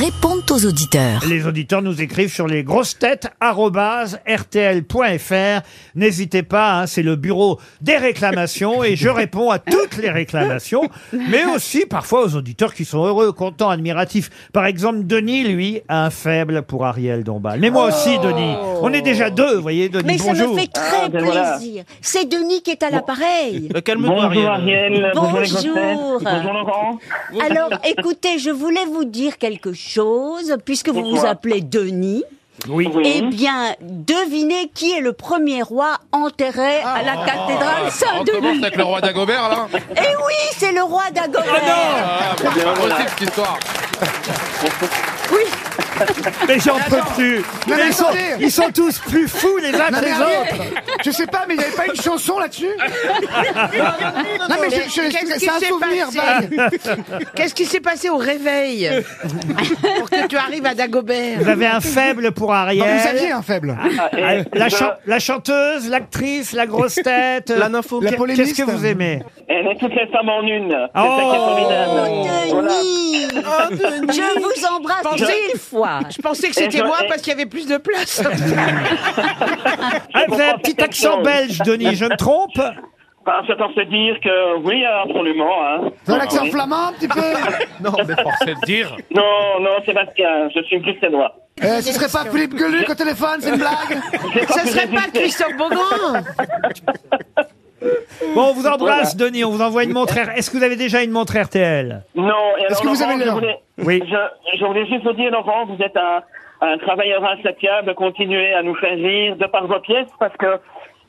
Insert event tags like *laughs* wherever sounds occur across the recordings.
répondent aux auditeurs. Les auditeurs nous écrivent sur les grosses têtes rtl.fr. N'hésitez pas, hein, c'est le bureau des réclamations et je réponds à toutes les réclamations, mais aussi parfois aux auditeurs qui sont heureux, contents, admiratifs. Par exemple, Denis, lui, a un faible pour Ariel Dombal. Mais moi Oh. aussi, Denis. On est déjà deux, vous voyez, Denis. Mais ça bonjour. me fait très Ah, ben voilà. plaisir. C'est Denis qui est à l'appareil. Euh, Calme-toi, Bonjour Ariel, Ariel. bonjour, les Bonjour. grosses têtes. bonjour Laurent. Alors, écoutez, je voulais vous dire quelque chose, puisque vous vous Pourquoi appelez Denis. Oui. Mmh. Eh bien, devinez qui est le premier roi enterré à la cathédrale On commence Saint-Denis. avec le roi Dagobert là Eh oui, c'est le roi d'Agobert. Ah, bah, c'est impossible cette histoire. oui. Mais j'en peux plus. mais Mais ils, sont, attendez. ils sont tous plus fous les uns que Non, mais les Ariel, autres. je sais pas, mais il n'y avait pas une *laughs* chanson là-dessus Non, mais je- je- qu'est-ce qui c'est un s'est souvenir, passé *laughs* Qu'est-ce qui s'est passé au réveil pour que tu arrives à Dagobert Vous avez un faible pour Ariel. Non, mais vous aviez un faible. Ah, Et La, je- chan- la chanteuse, l'actrice, la *laughs* grosse tête. La nympho. La Qu'est- polémiste. Qu'est-ce que vous aimez Elle est toutes les femmes en une. C'est Oh. ça qui est formidable. Oh, Voilà. Oh, Denis, je vous embrasse Pensez- mille fois. Ah, Je pensais que c'était Eh, je- moi eh. parce qu'il y avait plus de place. ah, Vous avez un petit accent belge, Denis, *laughs* je me trompe Bah, J'attends se dire que oui, absolument. Hein. Dans l'accent flamand, un petit peu Ah, Non, mais force est de dire. Non, non, Sébastien, je suis bruxellois. Euh, Ce serait pas Philippe Geluc au téléphone, c'est une blague Ça serait pas Christophe Beaugrand Bon, on vous embrasse, Denis, on vous envoie une montre R- Est-ce que vous avez déjà une montre RTL Non, et Est-ce alors, que vous Laurent, avez je l'heure voulais, Oui. je, je voulais juste vous dire, Laurent, vous êtes un, un travailleur insatiable, continuez à nous faire rire de par vos pièces, parce que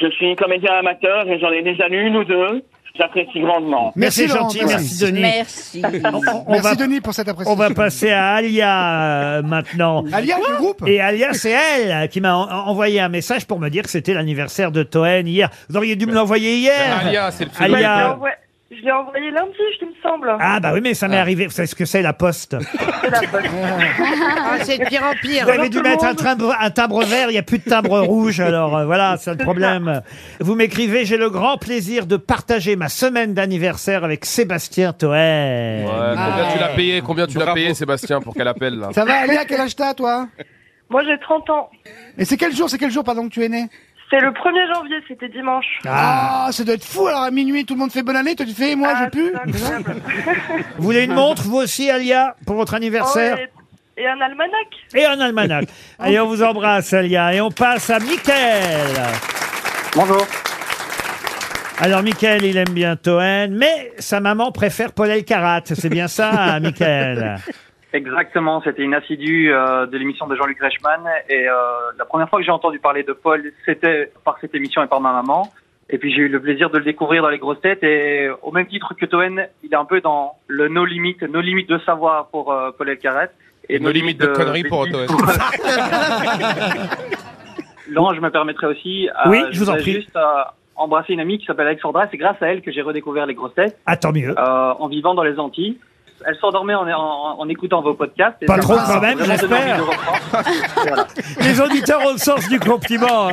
je suis comédien amateur et j'en ai déjà lu une ou deux. J'apprécie grandement. Merci, Laurent, gentil, merci. merci, Denis. Merci. On, on Merci va, Denis pour cette on appréciation. va passer à Alia euh, maintenant. Alia, le groupe Et Alia, c'est elle qui m'a en- en- envoyé un message pour me dire que c'était l'anniversaire de Toen hier. Vous auriez Euh, dû me l'envoyer hier. Ah. Alia, c'est le Alia. pseudo. Je l'ai envoyé lundi, je me semble. Ah bah oui, mais ça m'est arrivé. Vous savez ce que c'est la *laughs* poste Ah, C'est de pire en pire. Vous avez dû tout le mettre un monde. timbre, un timbre vert, il n'y a plus de *laughs* timbre rouge, alors euh, voilà, c'est le problème. Vous m'écrivez, j'ai le grand plaisir de partager ma semaine d'anniversaire avec Sébastien Toer. Ouais, combien tu l'as payé Combien tu l'as Bravo. payé Sébastien pour qu'elle appelle là Ça va, Alia, quel âge t'as, toi Moi, j'ai 30 ans. Et c'est quel jour, c'est quel jour, pardon, que tu es né C'est le 1er janvier, c'était dimanche. Ah, ça doit être fou, alors à minuit, tout le monde fait bonne année, toi tu fais, moi Ah, je pue c'est incroyable. Vous voulez une montre, vous aussi, Alia, pour votre Oh, anniversaire et, et un almanach. Et un *laughs* almanach. Allez, on vous embrasse, Alia. Et on passe à Mickaël. Bonjour. Alors, Mickaël, il aime bien Toen, mais sa maman préfère Paul Elkarat. C'est bien ça, *laughs* hein, Mickaël Exactement, c'était une assidue euh, de l'émission de Jean-Luc Reichmann et euh, la première fois que j'ai entendu parler de Paul, c'était par cette émission et par ma maman. Et puis j'ai eu le plaisir de le découvrir dans les grosses têtes et euh, au même titre que Toen, il est un peu dans le no limit, no limit de savoir pour euh, Paul Elkarat Et no limit de conneries pour bêtises Toen. Laurent, je me permettrai aussi. euh, Oui, je vous en voudrais prie. Juste euh, embrasser une amie qui s'appelle Alexandra. C'est grâce à elle que j'ai redécouvert les grosses têtes Ah, tant mieux. euh, en vivant dans les Antilles. Elle s'endormait en, en- en écoutant vos podcasts. Et Pas ça trop m'a quand même, vraiment donné j'espère. envie de reprendre. Voilà. Les auditeurs ont le sens du compliment. hein.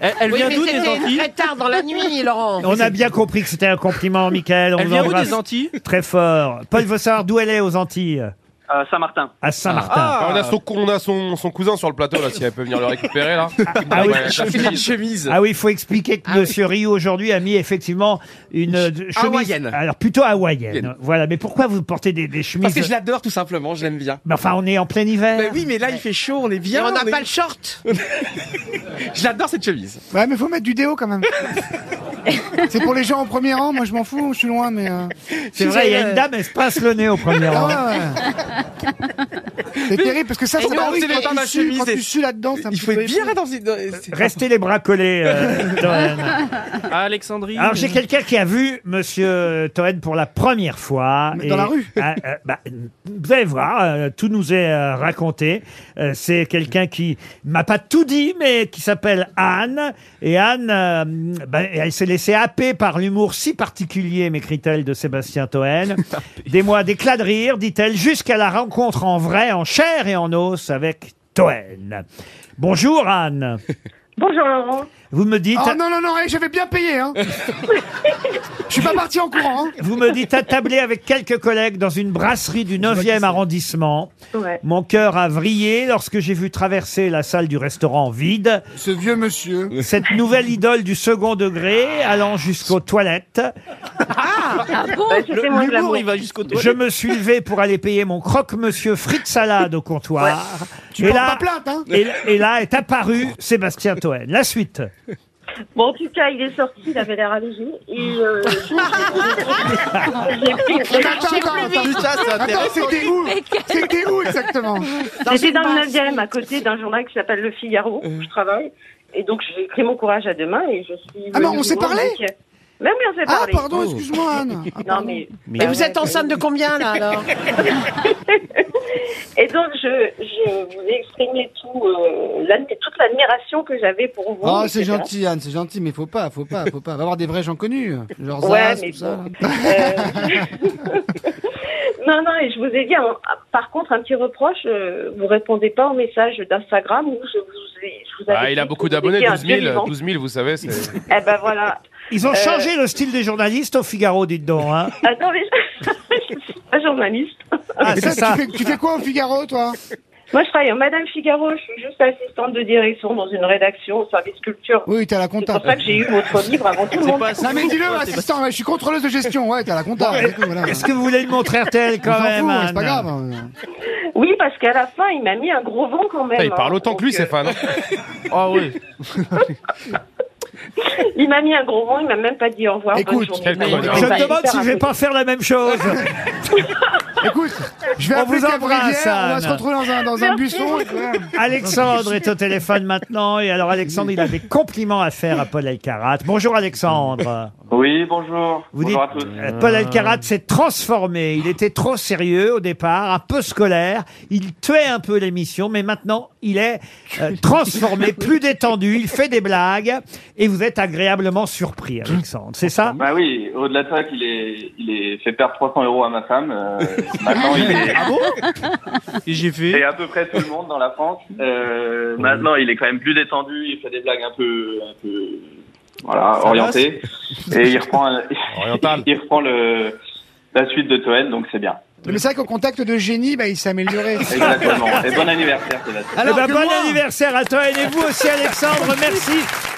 Elle, elle Oui, vient mais d'où des c'était Antilles très tard dans la nuit, Laurent. On a bien compris que c'était un compliment, Michael. On Elle vous vient où des embrasse Antilles très fort. Paul veut savoir d'où elle est aux Antilles, Euh, Saint-Martin. à Saint-Martin. Ah, on a, son, on a son, son cousin sur le plateau là, si elle peut venir le récupérer là. ah oui. Ouais, la chemise. chemise. Ah oui, il faut expliquer que Monsieur Rio aujourd'hui a mis effectivement une euh, chemise Hawaïenne. Alors plutôt hawaïenne. Hawaïenne. Voilà. Mais pourquoi vous portez des, des chemises Parce que je l'adore tout simplement, je l'aime bien. Mais enfin, on est en plein hiver. Mais Bah oui, mais là il fait chaud, on est Et bien. on n'a est- pas le short. Je l'adore cette chemise. Ouais, mais faut mettre du déo quand même. c'est pour les gens au premier rang, moi je m'en fous, je suis loin, mais... euh, C'est vrai, il y a une dame, elle se passe le nez *laughs* au premier Ah rang. ouais, ouais. C'est terrible parce que ça, Et c'est non, horrible c'est quand, pas ma tu sues, chemise, quand et- tu sues là-dedans. c'est un Il petit faut peu être bien dans épeurant. une. Euh, dans- c'est- Restez les bras collés, *laughs* euh, Toen. À Alexandrie. Alors j'ai quelqu'un qui a vu Monsieur Toen pour la première fois. Mais dans la rue. *laughs* Ah, euh, bah, vous allez voir, euh, tout nous est euh, raconté. Euh, c'est quelqu'un qui m'a pas tout dit, mais qui s'appelle Anne. Et Anne, euh, bah, elle s'est laissée happer par l'humour si particulier, m'écrit-elle, de *laughs* Sébastien Toen. des mois d'éclats de rire, dit-elle, jusqu'à la rencontre *laughs* en vrai, en chair et en os avec Toen. Bonjour Anne. Bonjour Laurent. Vous me dites. Oh non, non, non, eh, j'avais bien payé, *laughs* hein. Je suis pas parti en courant, hein. Vous me dites attablé avec quelques collègues dans une brasserie du 9e arrondissement. Ouais. Mon cœur a vrillé lorsque j'ai vu traverser la salle du restaurant vide. Ce vieux monsieur. Cette nouvelle idole du second degré allant jusqu'aux toilettes. Ah bon Je me suis levé pour aller payer mon croque-monsieur frites salade au comptoir. Ouais. Tu portes pas plainte, hein et, et là est apparu Sébastien Toen. La suite. Bon, en tout cas, il est sorti, il avait l'air allégé. Et euh, j'ai pris. Attends, attends, attends. Attends, c'était où C'était où exactement J'étais dans le 9e, à côté d'un journal qui s'appelle Le Figaro, où je travaille. Et donc, j'ai pris mon courage à deux mains et je suis. Ah, mais on venue s'est vous voir parlé avec- Mais oui, on s'est Ah, parlé. pardon, excuse-moi, Anne. Ah, non, pardon. mais. Mais vous êtes enceinte de combien, là, alors Et donc, je, je vous ai exprimé tout, euh, l'admi- toute l'admiration que j'avais pour vous. Ah, Oh, c'est etc. gentil, Anne, c'est gentil, mais faut pas, faut pas, faut pas. Va voir des vrais gens connus, genre Ouais, Zaz, mais tout ça. Non, non, et je vous ai dit, hein, par contre, un petit reproche, euh, vous répondez pas au message d'Instagram où je vous ai. je vous avais Ah, il a dit beaucoup que vous d'abonnés, étiez un 12 000, délirant. 12 000, vous savez. c'est- Eh ben voilà. Ils ont Euh, changé le style des journalistes au Figaro, dites donc. Hein. Ah non, mais je ne suis pas journaliste. Ah, c'est ça. Tu fais, tu fais quoi au Figaro, toi Moi, je travaille en Madame Figaro, je suis juste assistante de direction dans une rédaction au service culture. Oui, t'as la C'est compta. pour ça que j'ai eu votre livre avant tout le monde. Non, mais dis-le, assistant, ouais, je suis contrôleuse de gestion, ouais, t'as la compta. Ouais. c'est tout, voilà. Est-ce que vous voulez le montrer RTL On quand s'en même fout, C'est pas Anne grave. hein. Oui, parce qu'à la fin, il m'a mis un gros vent quand même. Putain, il parle hein. autant que lui, ses fans. Ah oui. euh, Il m'a mis un gros vent, il m'a même pas dit au revoir. bonne Écoute, journée. quel Enfin, connard. il Je va me demande hyper si je vais pas faire la même chose. *laughs* Écoute, je vais On appeler vous Cabrevière, embrasse, on va Anne. se retrouver dans un, dans un buisson. et puis, voilà. *laughs* Alexandre est au téléphone maintenant. Et alors, Alexandre, il a des compliments à faire à Paul Elkarat. Bonjour, Alexandre. Oui, bonjour. Vous bonjour dites- à tous. Euh, Paul Elkarat s'est transformé. Il était trop sérieux au départ, un peu scolaire. Il tuait un peu l'émission, mais maintenant, il est euh, transformé, plus détendu. Il fait des blagues. Et vous êtes agréablement surpris, Alexandre. C'est ça Bah oui, au-delà de ça qu'il est, il est fait perdre 300 euros à ma femme. euh, maintenant, il est. *laughs* J'ai fait. Et à peu près tout le monde dans la France. Euh, Maintenant, il est quand même plus détendu. Il fait des blagues un peu, un peu, voilà, Ça orientées. Et il reprend, un- *laughs* il reprend le, la suite de Toen, donc c'est bien. Mais c'est vrai qu'au contact de génie, bah, il s'est amélioré. Exactement. Et bon anniversaire, Sébastien. Eh ben, bon anniversaire à toi et vous aussi, Alexandre. Merci